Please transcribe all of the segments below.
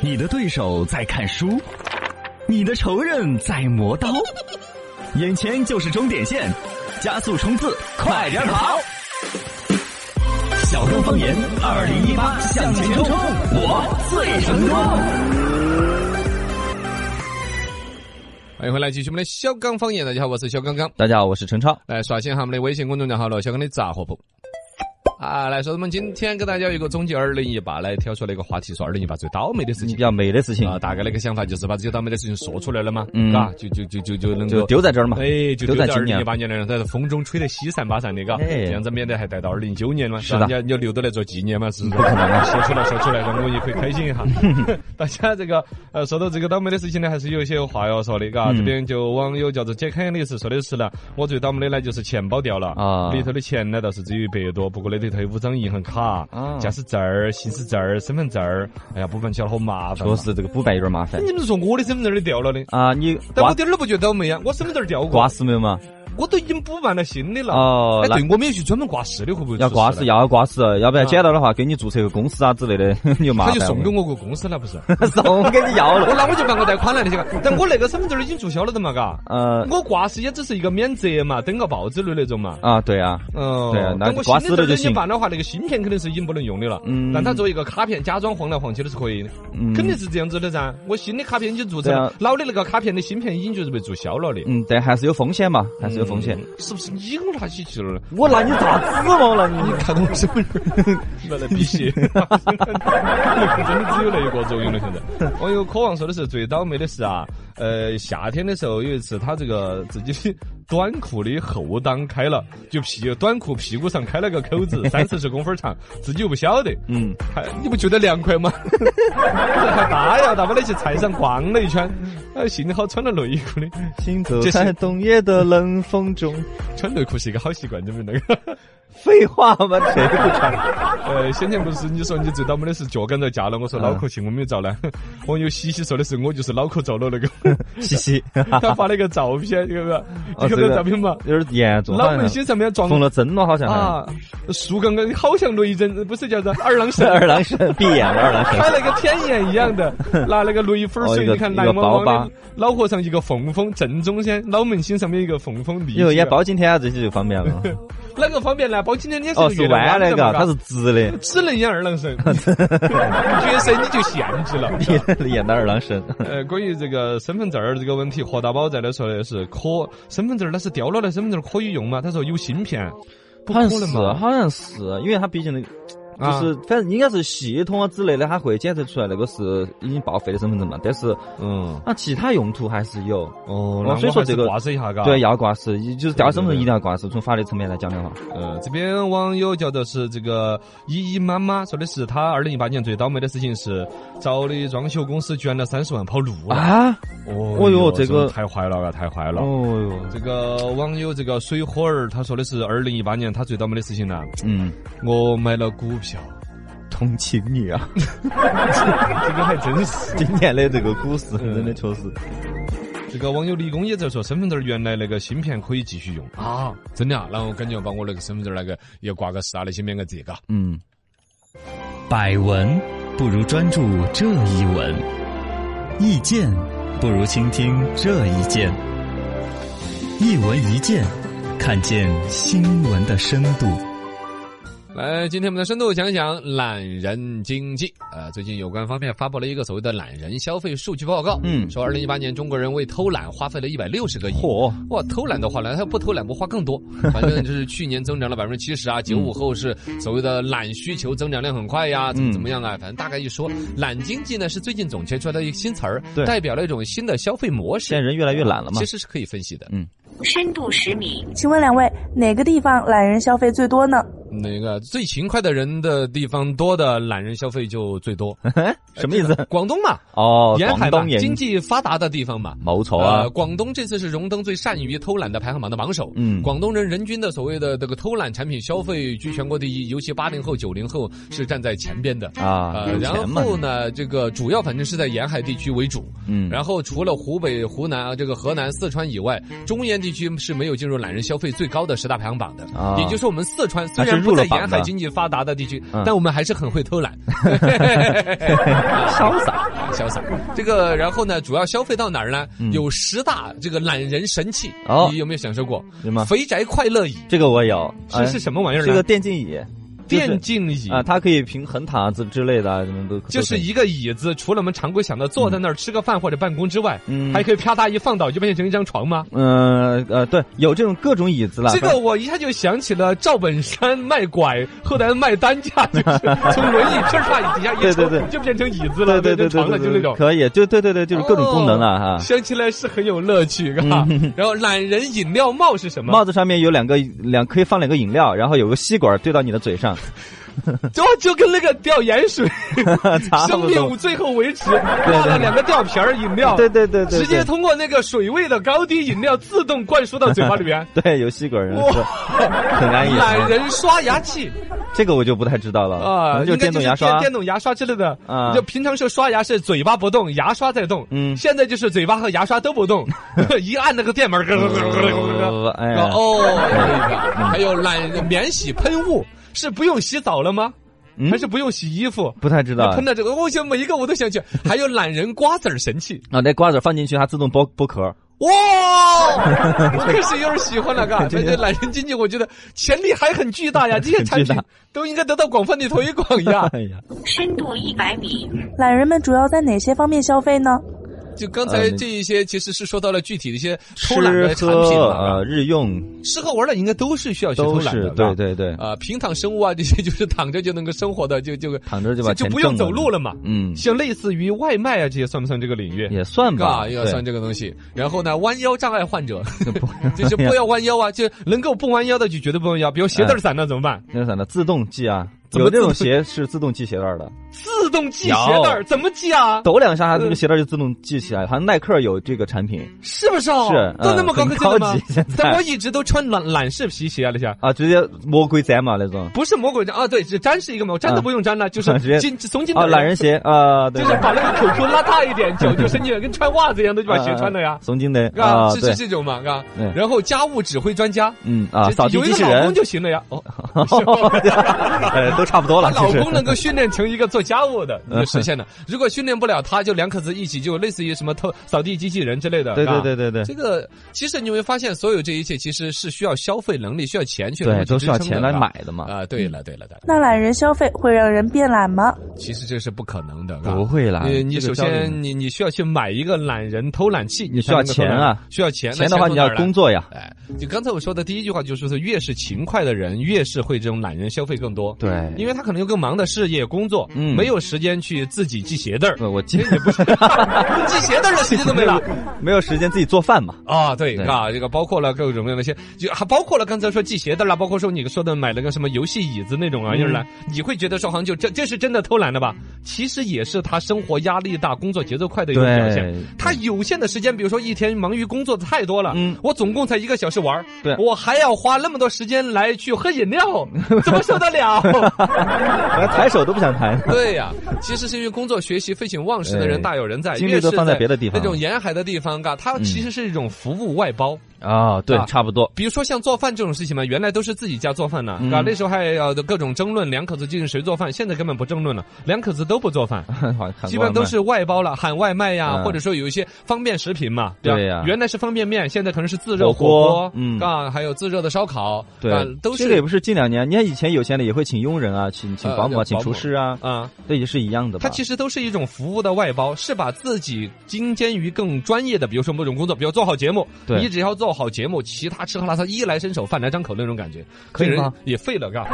你的对手在看书，你的仇人在磨刀，眼前就是终点线，加速冲刺，快点跑！小众方言，二零一八向前冲，我最成功。欢迎回来，继续我们的小刚方言。大家好，我是小刚刚。大家好，我是陈超。来刷新一下我们的微信公众号“罗小刚的杂货铺”。啊，来说我们今天给大家有一个总结二零一八，来挑出来一个话题，说二零一八最倒霉的事你情比。较美的事情啊，大概那个想法就是把这些倒霉的事情说出来了嘛，嗯嘎，就就就就就能就够。丢在这儿嘛，哎，就丢在在今二零年啊一八年了，在风中吹得稀散巴散的，嘎，哎这样子免得还待到二零一九年嘛，是的吧你要你要留着来做纪念嘛，是不啊是？说出来说出来，让我也可以开心一 下。大家这个呃，说到这个倒霉的事情呢，还是有一些话要说的，嘎。嗯这边就网友叫做杰肯的是说的是呢，我最倒霉的呢就是钱包掉了啊里头的钱呢倒是只有一百多，不过那里头有五张银行卡啊、驾驶证儿、行驶证儿、身份证儿，哎呀，补办起来好麻烦嘛。确实这个补办有点麻烦你们说我的身份证儿掉了的，啊。你但我刮点儿都不觉得倒霉啊！我身份证儿掉过刮，死没有嘛？我都已经补办了新的了。哦哎，，那对，我们有去专门挂失的，会不会要出刮事死呢？要刮死，要不然捡到的话，给你注册个公司啊之类的， 你就麻他烦就了。送给我个公司了，不是？ 送给你要我了。那我就办个贷款来的，些个。 但我那个身份证儿已经注销了的嘛，嘎。呃我挂失也只是一个免责嘛，登个报纸的那种嘛。啊，对啊，哦，对啊那但我挂新失的了就证件行办的话，那个芯片肯定是已经不能用的了。嗯但它作为一个卡片假装晃来晃去的是可以的，嗯肯定是这样子的噻。我新的卡片已经注册对了啊，老的那个卡片的芯片已经就是被注销了的。嗯，但还是有风险嘛，还是有风险。是不是你我拿起去了？我拿你咋指望了你？看到我身份证儿，拿来辟邪， 真的只有那一个作用了。现在，网友渴望说的是最倒霉的是啊，呃，夏天的时候有一次他这个自己的短裤的后裆开了，就屁短裤屁股上开了个口 子，三四十公分长，自己又不晓得，嗯，还你不觉得凉快吗？ 还大摇大摆的去菜场逛了一圈，啊，幸好穿了内裤的，行走这是在冬夜的冷风中。 穿内裤是一个好习惯，你们那个。废话嘛，这个不穿。 呃，先前不是你说你最倒霉的是脚杆在夹了，我嗯说脑壳去我没有遭呢。 网友西西说的是我就是脑壳遭了那个， 嘻嘻，他发了一个照片，这个哦这这个个照片嘛，有点严重，啊脑门心上面撞缝了哎针了，好像还。啊，竖杠杠好像雷震，不是叫做二郎神。 二郎神闭眼了，二郎 开神。了个天眼一样 的，拿那个雷粉哦水，一个你看一个蓝汪汪包疤的，脑壳上一个缝缝，正中间脑门心上面一个缝缝立以后起演来。包青天啊，这些就方 便了。哪个方便呢？包青天也是哦，个是月亮弯弯的，的嘎，嘛它是 直的，只能演二郎 神，角色你就限制了。你演到二郎神。呃，关于这个身份证儿这个问题，何大宝在那说的是可身份证儿那是掉了的，身份证儿可以用吗？他说有芯片，不好可像是能，嘛，好像是，因为它毕竟那个。就啊是，反正应该是系统啊之类的，它会检测出来那个是已经报废的身份证嘛。但是嗯，啊，其他用途还是有。哦，那所以我说还是这个挂失一下，嘎，对，，要挂失，就是掉身对对份证对一定要挂失。从法律层面来讲的话，呃，这边网友叫做是这个依依妈妈说的是，她二零一八年最倒霉的事情是找的装修公司捐了三十万跑路了，啊，哦哦哟这个太坏了，嘎，太坏了。哦哟，这个网友这个水火儿他说的是二零一八年他最倒霉的事情呢，嗯，我买了股票，同情你 啊！这个还真是。今年的这个股市真的确实，这个网友李工也在说，身份证儿原来那个芯片可以继续用啊，真的啊。然后赶紧把我那个身份证儿那个也挂个啥那些免个折，嘎。嗯，百闻不如专注这一闻，意见不如倾听这一见。一闻一见，看见新闻的深度。来，今天我们的深度讲讲懒人经济。呃，最近有关方面发布了一个所谓的懒人消费数据报告，嗯说二零一八年中国人为偷懒花费了一百六十个亿。嚯，哇，偷懒的话呢，他不偷懒不花更 多，反正就是去年增长了百分之七十嗯啊，九五后是所谓的懒需求增长量很快呀，怎么嗯怎么样啊，反正大概一说，懒经济呢是最近总结出来的一个新词儿，对代表了一种新的消费模现在式，人越来越懒了嘛 其。实是可以分析的。深度十米，请问两位，哪个地方懒人消费最多呢？那个最勤快的人的地方多的懒人消费就最多， 什么意思？广东嘛，哦，沿海广嘛东，沿经济发达的地方嘛。没错啊呃，，广东这次是荣登最善于偷懒的排行榜的榜首。嗯广东人人均的所谓的这个偷懒产品消费居全国第一，尤其八零后、九零后是站在前边的。嗯啊，呃，有然钱嘛，后呢，这个主要反正是在沿海地区为主。嗯，然后除了湖北、湖南啊，这个河南、四川以外，中原地区是没有进入懒人消费最高的十大排行榜的。啊也就是说，我们四川虽那是然入不在了榜沿海了，经济发达的地区嗯，但我们还是很会偷懒， 潇洒。潇洒。这个，然后呢，主要消费到哪儿呢？有十大这个懒人神器嗯哦，你有没有享受过有吗？肥宅快乐椅这个我有，是是么什么玩意儿呢？是哎个电竞椅，就是电竞椅啊，它可以平衡塔子之类的啊，什么都就是一一个椅子，除了我们常规想的坐在那儿吃个饭或者办公之外，嗯还可以啪嗒一放倒就变成一张床吗？嗯呃对，有这种各种椅子了。 这 个我一下就想起了赵本山卖拐，后来卖担架，就是 从轮椅这儿啪底下一对抽对对就变成椅子对了，对对变成对床了，对，就那种。哦可以，就对对对，就是各种功能了哈。嗯想起来是很有乐趣，哈。然后懒人饮料帽是什么？帽子上面有两个两可以放两个饮料，然后有个吸管对到你的嘴上，就就跟那个吊盐水， 差生不命多无。罪后维持，挂了两个吊瓶儿饮料，对对对对，直接对通过那个水位的高低，饮料自动灌输到嘴巴里面。对有吸管，然后哇是 很难饮。懒人刷牙器这个我就不太知道了，可啊，应能是该就电动是牙刷电。电动牙刷之类的。啊就平常时候刷牙是嘴巴不动，牙刷在动。嗯现在就是嘴巴和牙刷都不 动，一按那个电门儿，咯咯咯咯咯咯咯咯呃哎呀，哦，这嗯个还有懒人免洗喷雾，是不用洗澡了吗？嗯还是不用洗衣服？不太知道。喷到这个，我想每一个我都想去。还有懒人瓜子儿神器，啊，那瓜子放进去，它自动剥剥壳。 哇！我开始有点喜欢了，嘎，这这懒人经济，我觉得潜力还很巨 大呀。这些产很巨品大都应该得到广泛的推广呀。哎呀，深度一百米，懒人们主要在哪些方面消费呢？就刚才这一些，其实是说到了具体的一些偷懒呃吃的产品喝嘛，呃日用吃喝玩乐应该都是需要去偷都懒的是，吧对。对对，啊，平躺生物啊，这些就是躺着就能够生活的，就就躺着就把就钱不用挣走了路了嘛。嗯，像类似于外卖啊这些，算不算这个领域？也算吧，啊，又要算这对个东西。然后呢，弯腰障碍患 者，就是不要弯腰啊，就能够不弯腰的就绝对不弯腰。比如哎鞋带散了怎么办？那啥呢？自动系啊，怎么有这种自鞋是自动系鞋带儿的，自动系鞋带儿怎么系啊？抖两下，它这个鞋带儿就自动系起来。好像耐克有这个产品是不是哦？是都那么嗯高很科技了吗高级现在？但我一直都穿懒懒式皮鞋啊，那些。啊，直接魔鬼毡嘛那种不是魔鬼毡啊，对，只粘是一个嘛，我粘都不用粘了，就 直接是进松紧带啊，儿懒人鞋啊，对就是把那个口裤拉大一点，脚就伸 进来，跟穿袜子一样，都就把鞋穿了呀。松紧的啊，啊，是对是，这种嘛，啊对，然后家务指挥专家，嗯啊，这扫地有一机个器老人公，就行了呀。哦， 呃，都差不多把了， 老其实公能够训练成一个做家务 的，你就实现了。如果训练不了他，就两口子一起，就类似于什么偷扫地机器人之类的。对是吧对对对对这个其实你会发现，所有这一切其实是需要消费能力、需要钱去能够 对，去都是要支撑的钱来是吧买的嘛，啊。对了对了对了，那懒人消费会让人变懒吗？其实这是不可能的，是吧不会啦，你你这首个教育先你你需要去买一个懒人偷懒器，你需要才能够偷懒钱啊需要钱。那钱的话从你哪要儿来工。作呀，哎，就刚才我说的第一句话，就是说，越是勤快的人，越是会这种懒人消费更多。对因为他可能有更忙的事业工作，嗯没有时间去自己系鞋带儿，对呃我记哎也不是嗯系鞋带儿的时间都没了。 没有时间自己做饭嘛， 啊，对，对啊，这个包括了各种各样的一些，就还包括了刚才说系鞋带儿啦，包括说你说的买了个什么游戏椅子那种啊嗯玩意儿呢，你会觉得说好像就这这是真的偷懒了吧？其实也是他生活压力大、工作节奏快的一种表现对。他有限的时间，比如说一天忙于工作的太多了，嗯我总共才一个小时玩儿对我还要花那么多时间来去喝饮 料，怎么受得了？连抬手都不想抬。对呀、其实是因为工作学习废寝忘食的人哎大有人在，精力越都是放在别的地方嗯那种沿海的地方，嘎，它其实是一种服务外包。啊，对 啊，差不多。 比如说像做饭这种事情嘛，原来都是自己家做饭呢，嗯啊，那时候还要各种争论，两口子究竟谁做饭，现在根本不争论了，两口子都不做饭。好看基本都外卖是外包了，喊外卖呀，嗯或者说有一些方便食品嘛，吧？对呀原来是方便面，现在可能是自热火锅锅，嗯啊，还有自热的烧烤，对啊，都这个也是不是近两年，你看以前有钱的也会请佣人啊，请请呃保姆对啊，请保厨姆师啊，啊。这也是一样的吧？它其实都是一种服务的外包，是把自己精尖于更专业的，比如说某种工作，比如做好节目，对你只要做好节目，其他吃喝拉撒衣来伸手，饭来张口那种感觉，可以这人吗也废了，嘎。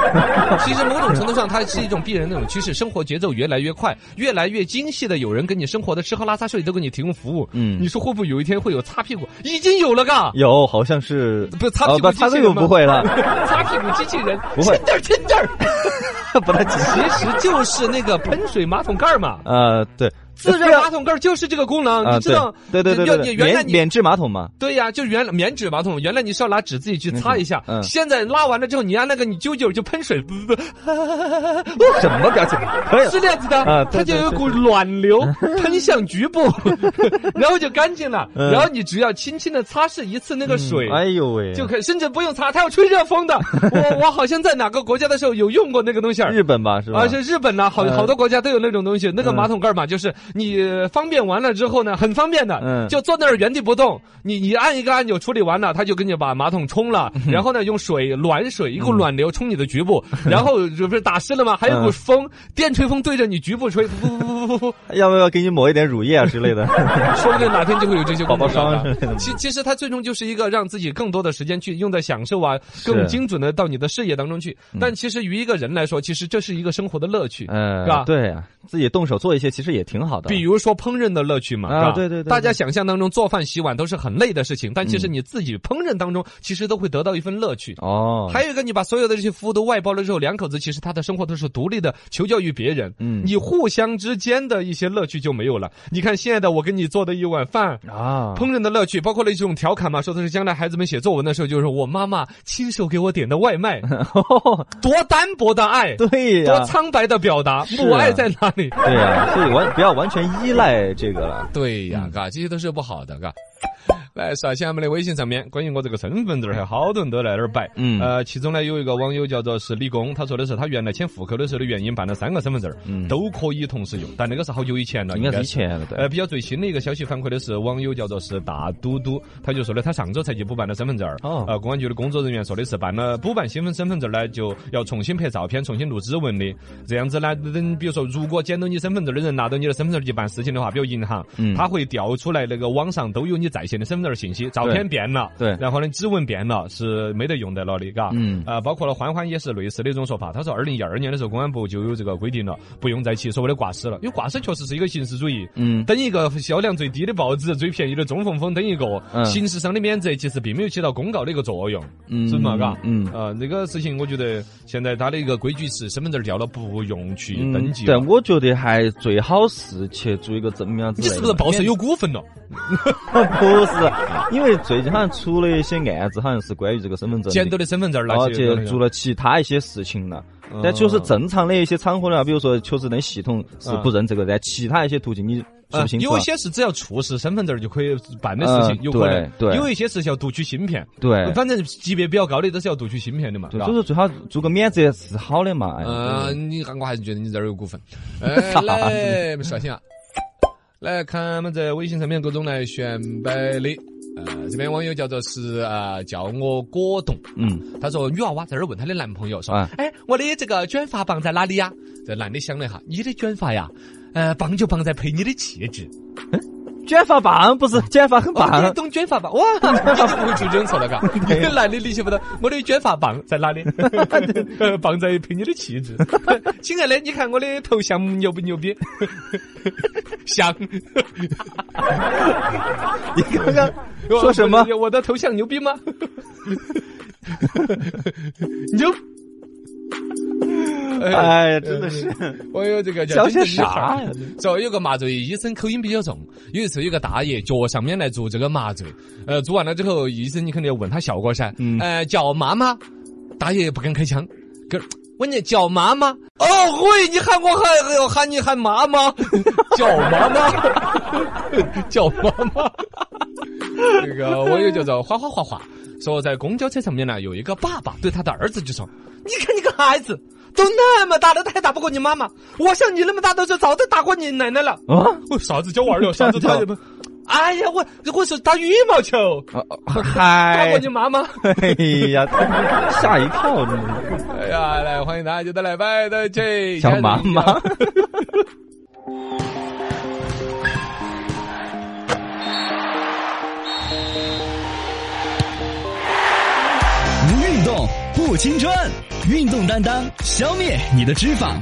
其实某种程度上，它是一种必然的那种趋势，生活节奏越来越快，越来越精细的有人给你生活的吃喝拉撒睡都给你提供服务，嗯你说会不会有一天会有擦屁股？已经有了，嘎。有，好像是不是擦哦屁股不机擦器屁人股吗不会了， 擦屁股机器人，不会亲点儿亲点儿， 不太紧。其实就是那个喷水马桶盖儿嘛。呃，对，自热马桶盖就是这个功能，啊，你知对道？对对对要对你对，原来免你。免治马桶嘛，对呀、就原来免纸马桶，原来你是要拿纸自己去擦一下，嗯现在拉完了之后，你按那个你揪揪就喷水，不不不， 什 么表情？可以了是这样子的，啊它对就对有一股暖流喷向局部， 然后就干净了。嗯然后你只要轻轻的擦拭一次那个水。哎呦喂，就可以，甚至不用擦，它有吹热风的。我我好像在哪个国家的时候有用过那个东西儿，日本吧是嗯吧？而且日本呢，好嗯好多国家都有那种东西，那个马桶盖嘛，就是你呃方便完了之后呢，很方便的，嗯就坐那儿原地不动，你你按一个按钮处理完了，它就给你把马桶冲了，嗯然后呢用水暖水一股暖流冲你的局部，然后这不是打湿了吗？还有一股嗯风，电吹风对着你局部吹， 噗噗噗噗噗噗，要不要给你抹一点乳 液啊之类的？ 说不定哪天就会有这些宝宝功能了霜之类的其其实它最终就是一个让自己更多的时间去用在享受啊，更精准的到你的事业当中去。但其实于一个人来说，其实这是一个生活的乐趣。嗯是吧，对呀，自己动手做一些其实也挺好的。比如说烹饪的乐趣嘛，啊是吧对对嗯对对大家想象当中做饭、洗碗都是很累的事情，但其实你自己烹饪当中，其实都会得到一份乐趣。哦，还有一个，你把所有的这些服务都外包了之后，两口子其实他的生活都是独立的，求教于别人。嗯你互相之间的一些乐趣就没有了。你看现在的我给你做的一碗饭，啊，烹饪的乐趣，包括了一种调侃嘛，说的是将来孩子们写作文的时候，就是我妈妈亲手给我点的外 卖，多单薄的爱，多对呀，苍白的表达，是啊母爱在哪里？对呀，所以完不要完全依赖这个了。对呀，嗯嘎，这些都是不好的，嘎。 来，刷新我们的微信上面，关于我这个身份证儿，还有好多人都来这儿摆。嗯呃，其中呢有一个网友叫做是李工，他说的是他原来迁户口的时候的原因办了三个身份证儿，嗯都可以同时用，但那个是好久以前了，应该是是以。前的，对呃，比较最新的一个消息反馈的是，网友叫做是大嘟嘟，他就说的他上周才去补办了身份证儿。哦呃，公安局的工作人员说的是办了补办新份身份证儿呢，就要重新拍照片、重新录指纹的。这样子呢，等比如说，如果捡到你身份证儿的人拿到你的身份证儿去办事情的话，比如银行，嗯他会调出来那个网上都有你在线的身份证儿信息，照片对变了，对然后呢，指纹变了，是没得用得了的，嘎。嗯呃，包括了欢欢也是类似的一种说法。他说，二零一二年的时候，公安部就有这个规定了，不用再起所谓的挂失了，因为挂失确实是一个形式主义。嗯，登一个销量最低的报纸、最便宜的中缝缝登一个，嗯形式上的免责其实并没有起到公告的一个作用，嗯是嘛？嘎，嗯呃，那个事情我觉得现在它的一个规矩是身份证掉了不用去嗯登记了。但我觉得还最好是去做一个证明啊之你类的。是不是报社有股份了？ 不是，因为最近好像出了一些案子，好像是关于这个身份证的，捡到的身份证拿然后去去那个嗯做哦了其他一些事情了。但就是正常的一些场合呢，比如说确实那系统是嗯不认这个，但其他一些途径你说呃不清楚有啊一。些是只要出示身份证就可以办的事情，嗯有可能；对对有一些是要读取芯片，对，反正级别比较高的都是要读取芯片的嘛，哎对吧所以？说最好做个免责是好的嘛。哎呃，你我还是觉得你这儿有股份。哎，来，不小心啊！来看我们在微信上面各种来选摆的。呃，这边网友叫做是呃，叫我果冻，嗯，他说女娃娃在这儿问她的男朋友说啊：“哎，我的这个卷发棒在哪里呀？”这男的想了一下，你的卷发呀，呃，棒就棒在配你的气质。卷发棒不是卷发很哦，你棒，懂卷发 棒哇，你就不会出这种错了，嘎。你男的理解不到，我的卷发棒在哪里？ 呃棒在配你的气 质。亲爱的，你看我的头像牛不牛逼？像。你刚刚说什么？ 我？我的头像牛逼 吗？牛。哎，哎呀，真的是我有这个叫讲些真正女孩啥呀？说有个麻醉医生口音比较重，有一次有个大爷脚上面来做这个麻醉，呃，做完了之后，医生你肯定要问他效果噻，嗯呃，叫妈妈，大爷不敢开腔，跟我你叫妈妈，哦，喂，你喊我喊呃喊你喊妈妈， 叫妈妈，叫妈妈，那个我又叫做花花花花。说在公交车上面呢，有一个爸爸对他的儿子就说：“你看你个孩子，都那么大了，他还打不过你妈妈。我像你那么大的时候，早都打过你奶奶了。”啊 我啥子叫玩儿了？啥子他也不。哎呀，我我是打羽毛球，啊打嗨过！你妈妈。哎呀，吓一跳！真的是哎呀，来欢迎大家就到来拜的这小妈妈。不运动不青春，运动担当消灭你的脂肪。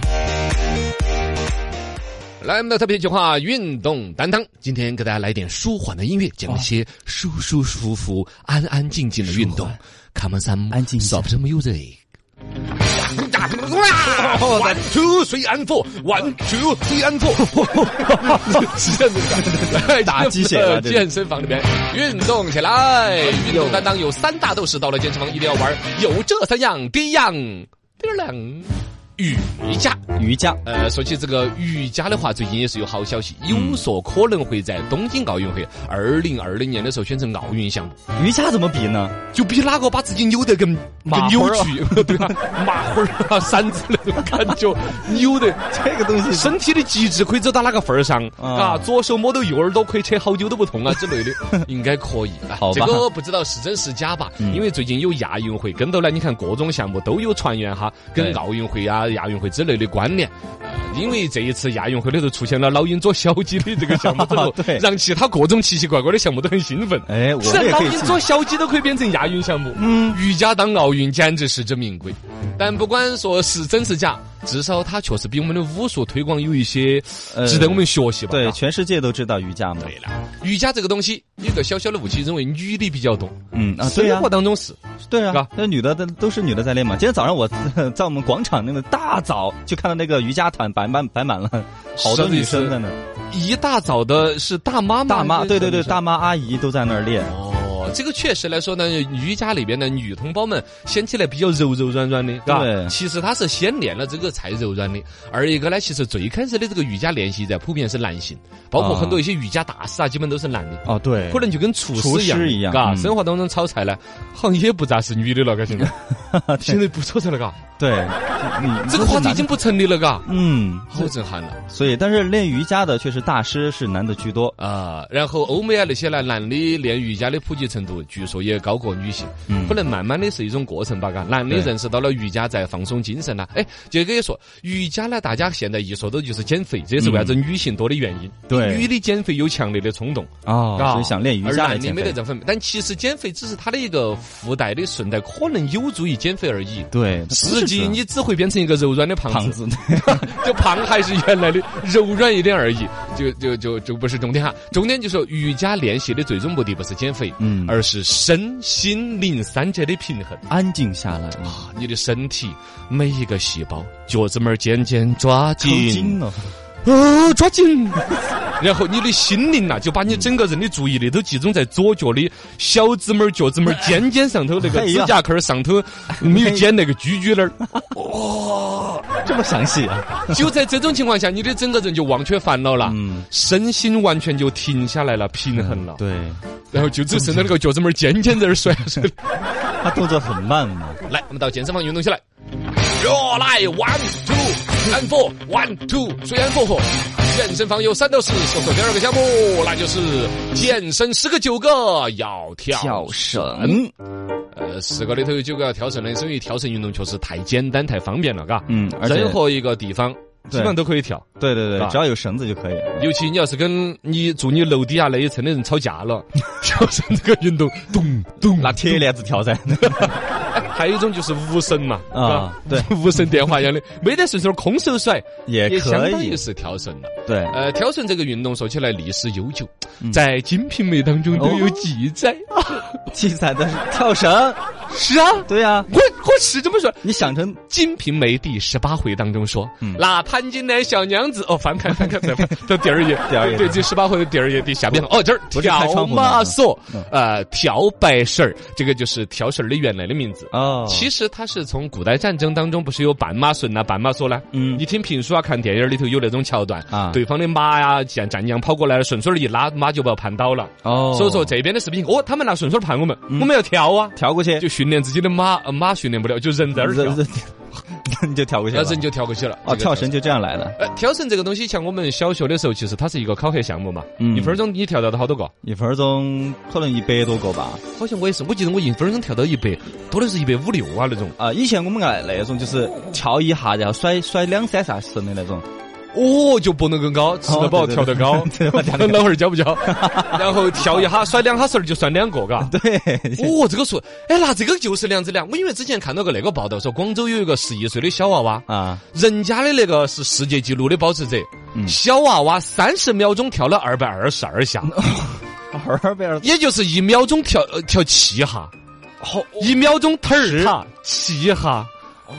来，我们的特别计划运动担当，今天给大家来点舒缓的音乐，讲一哦些舒舒服服、安安静静的运动。卡门三，安静一下哦，soft music。 One two three and four，One two three and four，是这样子的， 打鸡血了这是健身房里面运动起来，运动担当有三大斗士，到了健身房一定要玩，有这三样，第一样，第二样，瑜伽。瑜伽呃，说起这个瑜伽的话，最近也是有好消息，有说可能会在东京奥运会二零二零年的时候选成奥运项目，瑜伽怎么比呢？就比哪个把自己扭得更更麻花扭儿啊曲， 对吧？麻花儿啊、扇子那种感觉， 扭得这个东西身体的极致可以走到哪个份儿上啊啊？左手摸到右耳朵可以扯好久都不痛啊之类 的，应该可以。哎好吧嗯这个不知道是真是假吧？因为最近有亚运会，跟到呢，你看各种项目都有传言哈，跟对奥运会啊、亚运会之类的关联。呃因为这一次亚运会里头出现了老鹰捉小鸡的这个 项目之后对，让其他各种奇奇怪怪的项目都很兴奋。哎，我现在也老可以鹰去。捉小鸡都可以变成亚运项目，嗯，瑜伽当奥运简直实至名归。但不管说是真是假，至少它确实比我们的武术推广有一些呃值得我们学习吧。对，啊全世界都知道瑜伽嘛。对了，瑜伽这个东西有个小小的误区，认为女的比较懂，嗯啊，生对呀活，当中是对是啊吧，那女的都都是女的在练嘛。今天早上我 在我们广场那个大早就看到那个瑜伽毯摆满摆满了，好多女生在那儿，一大早的是大妈吗？大妈，对对对，还是什么大妈阿姨都在那儿练。哦，这个确实来说呢，瑜伽里边的女同胞们掀起来比较柔柔软软的，对吧？对其实她是先练了这个才柔软的，而一个呢，其实最开始的这个瑜伽练习在普遍是男性，包括啊很多一些瑜伽大师啊，基本都是男的。哦，对可能就跟厨师厨师一一样嘎，嗯生活当中炒菜呢，好像也不咋是女的了，嘎， 现在现在不炒菜了，嘎，对，你这个话题已经不成立了，嘎，嗯，好震撼了。所以但是练瑜伽的确实大师是男的居多。啊、然后欧美啊那些呢，男的练瑜伽的普及程度，据说也高过女性，嗯可能慢慢的是一种过程吧，嘎。男的对认识到了瑜伽在放松精神啦、嗯哎，这个也说瑜伽呢，大家现在一说到就是减肥，这也是为啥子女性多的原因。对女的减肥有强烈的冲动，哦，嘎所以想练瑜伽而来男的减没得肥。这份，但其实减肥只是它的一个附带的顺带，可能有助于减肥而已。对，它不是实际说你只会变成一个柔软的胖胖子，子， 就胖还是原来的柔软一点而已，就就就就不是重点哈。重点就是瑜伽练习的最终目的不是减肥，嗯而是身心灵三者的平衡。安静下来，啊，你的身体每一个细胞，脚趾拇儿尖尖抓抽筋紧，了。哦，抓紧。 然后你的心灵呐、就把你整个人的注意力都集中在左脚的小指拇儿、脚趾拇儿尖尖上头那个哎指呀甲扣儿上头，没有剪那个居居那儿。 这么详细啊？ 就在这种情况下，你的整个人就忘却烦恼了，嗯身心完全就停下来了，平衡了，对，然后就只剩那个脚趾拇儿尖尖在那儿 甩甩。他动作很慢嘛。来，我们到健身房运动起来。热来，one two and four，one two three and four。健身房有三到四，搜索第二个项目，那就是健身十个九个要跳绳，呃，十个里头有九个要跳绳的，所以跳绳运动确实太简单太方便了，嘎。嗯，而且任何一个地方基本上都可以跳。对对是吧对，只要有绳子就可以。尤其你要是跟你住你楼底下那一层的人吵架 了，跳绳这个运动，咚咚，拿铁链子挑在，哎还有一种就是无绳嘛， 啊是吧， 无绳电话一样的，没得绳手空手甩，也也相可当于以。是跳绳了。对，呃，跳绳这个运动说起来历史悠久，在《金瓶梅》当中都有记载。记载的是跳绳。啊是啊，对呀，我我是这么说，《你想成金瓶梅》第十八回当中说嗯，那潘金莲小娘子，哦，翻看翻看再 翻，到第二页，第二页对，第十八回的第二页第下边，哦，这儿不是开跳窗户那个马索嗯，呃，跳白绳儿，这个就是跳绳儿的原来的名字。哦，其实它是从古代战争当中，不是有绊马绳呐、绊马索呢？嗯你听评书啊、看电影里头有那种桥段啊对方的马呀、战战将跑过来了，顺手一拉，马就把他绊倒了。哦，嗯所以说这边的士兵，哦，他们拿顺手绊我们，我们要跳啊，跳过去，就训练自己的马，呃马训练不了，就人在那儿跳， 你就跳过去然了后。人就跳过去了。哦，这个跳绳。就这样来的，呃，跳绳这个东西，像我们小学的时候，其实它是一个考核项目嘛。嗯一分钟你跳到了好多个？一分钟可能一百多个吧。好像我也是，我记得我一分钟跳到一百，多的是一百五六啊那种。啊，以前我们爱那种就是跳一下，然后甩甩两三下绳的那种。 哦，就不能更高，吃得哦饱，对跳对得高， 对我跳得高老汉儿教不 教？然后跳一下，甩两下绳儿就算两个，嘎。对，哦，这个说，哎，那这个就是那样子的。我因为之前看到个那个报道，说广州有一个十一岁的小娃娃，啊，人家的那个是世界纪录的保持者，嗯小娃娃三十秒钟跳了二百二十二下，啊二百二，也就是一秒钟跳呃跳七下，好哦一秒钟腿儿踏七下，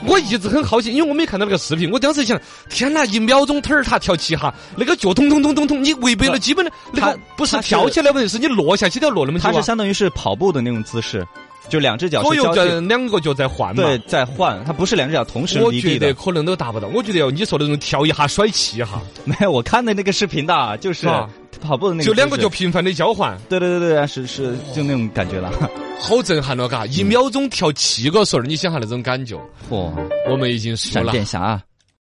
我一直很好奇，因为我没看到那个视频，我当时想，天哪，一秒钟腿儿它跳七下，那个脚咚咚咚咚咚，你违背了基本的那它个不是它是跳起来问题，是你落下去都要落那么久它是啊。相当于是跑步的那种姿势，就两只脚左是右交替脚两个脚在换嘛。对在换，它不是两只脚同时我离觉地得的。可能都达不到。我觉得要你说的那种跳一下甩七下， 没有，我看的那个视频的，就是是吧跑步的那个，啊就两个脚。频繁的交换，对对对对，是是就那种感觉了。 好震撼了，嘎！一秒钟跳七个绳儿，你想下那种感觉，哇，我们已经输闪了。电侠啊，